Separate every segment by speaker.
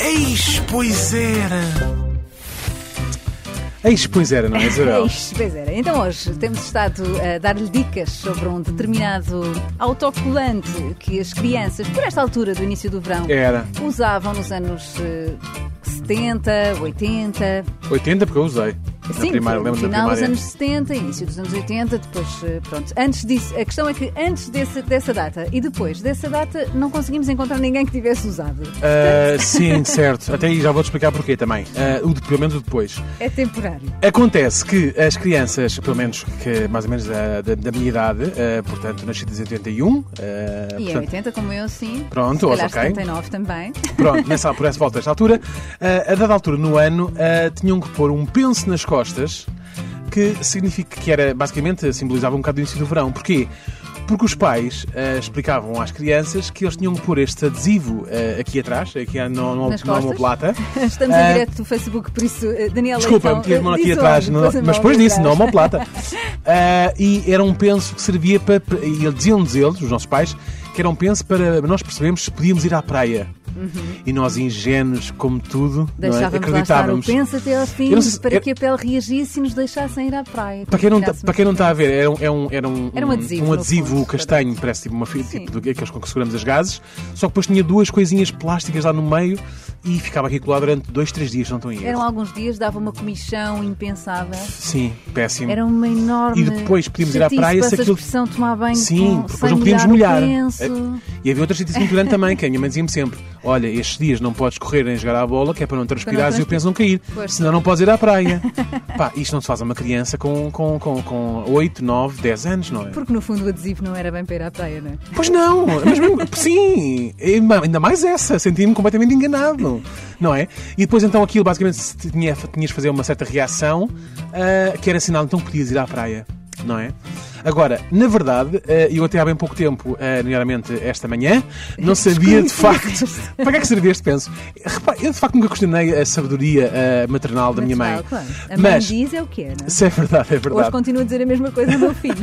Speaker 1: Eis, pois era!
Speaker 2: Eis, pois era, não é, Isabel?
Speaker 3: Eis, pois era. Então hoje temos estado a dar-lhe dicas sobre um determinado autocolante que as crianças, por esta altura do início do verão,
Speaker 2: Era.
Speaker 3: usavam nos anos eh, 70, 80,
Speaker 2: 80 porque eu usei. Na
Speaker 3: Sim,
Speaker 2: primária,
Speaker 3: no
Speaker 2: lembro da
Speaker 3: final dos
Speaker 2: primária.
Speaker 3: anos 70, início dos anos 80, depois, eh, pronto. Antes disso, a questão é que antes desse- dessa data e depois dessa data não conseguimos encontrar ninguém que tivesse usado.
Speaker 2: Ah, sim, certo. Até aí já vou-te explicar porquê também. Ah, o de, pelo menos o depois.
Speaker 3: É temporário.
Speaker 2: Acontece que as crianças, pelo menos que mais ou menos da, da- da minha idade, ah, portanto, nascidas em 81, ah,
Speaker 3: E em
Speaker 2: portanto,
Speaker 3: 80, como eu, sim.
Speaker 2: Pronto,
Speaker 3: Se calhar
Speaker 2: ok.
Speaker 3: 79 também.
Speaker 2: Pronto, nessa, por essa volta, esta altura, ah, a dada altura no ano, ah, tinham que pôr um penso nas costas, que significa que era, basicamente, simbolizava um bocado o início do verão. Porquê? Porque os pais ah, explicavam às crianças que eles tinham que pôr este adesivo ah, aqui atrás, aqui na, na, na,
Speaker 3: Nas costas?
Speaker 2: omoplata.
Speaker 3: Estamos em
Speaker 2: Ah,
Speaker 3: direto do Facebook, por isso, eh, Daniela.
Speaker 2: Desculpa,
Speaker 3: então,
Speaker 2: meti a mão
Speaker 3: eh,
Speaker 2: aqui
Speaker 3: diz
Speaker 2: atrás,
Speaker 3: onde,
Speaker 2: não-
Speaker 3: pôs a mão
Speaker 2: mas depois
Speaker 3: aqui
Speaker 2: disso, não é?
Speaker 3: atrás.
Speaker 2: uma plata. Ah, e era um penso que servia para. E eles diziam-nos eles, os nossos pais, que era um penso para nós percebermos se podíamos ir à praia. E nós, ingênuos, como tudo, não é?
Speaker 3: Uhum. Deixávamos lá estar o
Speaker 2: acreditávamos.
Speaker 3: penso até ao fim
Speaker 2: Eu não sei se-
Speaker 3: para
Speaker 2: eu-
Speaker 3: que a pele reagisse e nos deixassem ir à praia.
Speaker 2: Para quem, não tá-
Speaker 3: Tirássemos
Speaker 2: para quem não está a ver, era um, era um, era um,
Speaker 3: Era um adesivo,
Speaker 2: um
Speaker 3: no
Speaker 2: adesivo
Speaker 3: fundo,
Speaker 2: castanho, parece tipo uma fita,
Speaker 3: Sim.
Speaker 2: tipo do- aqueles com que seguramos as gases, só que depois tinha duas coisinhas plásticas lá no meio e ficava aqui colado durante dois, três dias, não estou em erro.
Speaker 3: Eram alguns dias, dava uma comissão impensável.
Speaker 2: Sim, péssimo.
Speaker 3: Era uma enorme.
Speaker 2: E depois podíamos ir à
Speaker 3: chatice
Speaker 2: praia
Speaker 3: para
Speaker 2: se
Speaker 3: essa
Speaker 2: aquilo-
Speaker 3: expressão tomar banho
Speaker 2: Sim,
Speaker 3: com,
Speaker 2: porque
Speaker 3: sem
Speaker 2: depois não podíamos molhar.
Speaker 3: o penso.
Speaker 2: E havia outra chatice muito grande também, que a minha mãe dizia-me sempre: Olha, estes dias não podes correr nem jogar à bola, que é para não transpirares e o
Speaker 3: transpirar.
Speaker 2: penso não cair,
Speaker 3: Pois.
Speaker 2: senão não podes ir à praia. Pá, isto não se faz a uma criança com, com, com, com 8, 9, 10 anos, não é?
Speaker 3: Porque no fundo o adesivo não era bem para ir à praia, não é?
Speaker 2: Pois não, mas mesmo, sim, e ma- ainda mais essa, senti-me completamente enganado, não é? E depois então aquilo basicamente se tinha, tinhas de fazer uma certa reação, ah, que era sinal então que podias ir à praia, não é? Agora, na verdade, ah, eu até há bem pouco tempo, ah, nomeadamente esta manhã, não sabia de facto para que é que servia este penso. Repara, eu de facto nunca questionei a sabedoria ah, maternal da minha mãe.
Speaker 3: Natural, claro. A mãe
Speaker 2: Mas,
Speaker 3: diz é o que é, não é?
Speaker 2: se é verdade, é verdade.
Speaker 3: Hoje continuo a dizer a mesma coisa ao meu filho.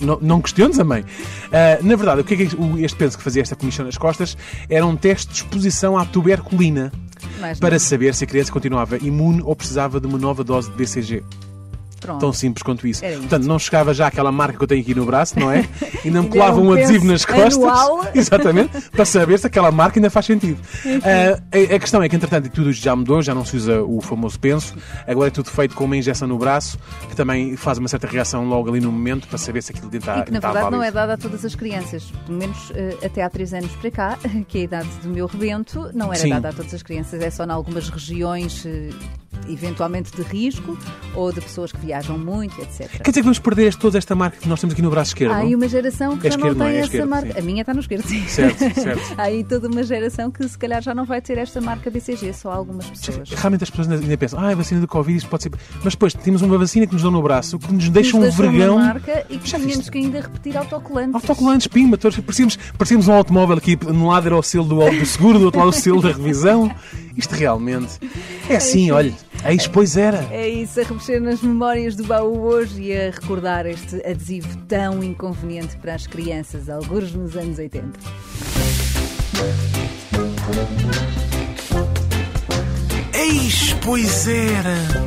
Speaker 2: Não, não questiones a mãe. Ah, na verdade, o que é que o- este penso que fazia esta comissão nas costas era um teste de exposição à tuberculina
Speaker 3: Mas
Speaker 2: para saber se a criança continuava imune ou precisava de uma nova dose de BCG.
Speaker 3: pronto.
Speaker 2: Tão simples quanto isso.
Speaker 3: Era isto.
Speaker 2: Portanto, não chegava já àquela marca que eu tenho aqui no braço, não é? E não me
Speaker 3: Ainda
Speaker 2: colava
Speaker 3: era um
Speaker 2: um adesivo nas costas.
Speaker 3: penso anual.
Speaker 2: Exatamente, para saber se aquela marca ainda faz sentido. Ah, a, a questão é que, entretanto, tudo isto já mudou, já não se usa o famoso penso, agora é tudo feito com uma injeção no braço, que também faz uma certa reação logo ali no momento para saber se aquilo ainda está
Speaker 3: E que na
Speaker 2: está
Speaker 3: verdade não é
Speaker 2: válido.
Speaker 3: dada a todas as crianças, pelo menos eh, até há três anos para cá, que é a idade do meu rebento, não era
Speaker 2: Sim.
Speaker 3: dada a todas as crianças, é só em algumas regiões eh, eventualmente de risco ou de pessoas que viajam muito, etc.
Speaker 2: Quer dizer que vamos perder toda esta marca que nós temos aqui no braço esquerdo?
Speaker 3: Há aí uma geração que
Speaker 2: É
Speaker 3: já
Speaker 2: esquerdo,
Speaker 3: não
Speaker 2: não é?
Speaker 3: tem
Speaker 2: É
Speaker 3: essa
Speaker 2: esquerdo,
Speaker 3: marca.
Speaker 2: sim.
Speaker 3: A minha está no esquerdo, sim.
Speaker 2: Certo, certo.
Speaker 3: Há aí toda uma geração que se calhar já não vai ter esta marca BCG, só algumas pessoas.
Speaker 2: Realmente as pessoas ainda- ainda pensam, ah, a vacina do Covid, isto pode ser. Mas depois temos uma vacina que nos dão no braço, que nos deixa
Speaker 3: Nos
Speaker 2: um
Speaker 3: deixou uma
Speaker 2: vergão.
Speaker 3: marca e que
Speaker 2: Já
Speaker 3: tínhamos
Speaker 2: viste?
Speaker 3: que ainda repetir autocolantes.
Speaker 2: Autocolantes, pimba, todos, parecíamos, parecíamos um automóvel aqui, de um lado era o selo do, do seguro, do outro lado o selo da revisão. Isto realmente é assim, olha, eis pois era.
Speaker 3: É isso, a remexer nas memórias do baú hoje e a recordar este adesivo tão inconveniente para as crianças, alguns nos anos 80.
Speaker 1: Eis, pois era!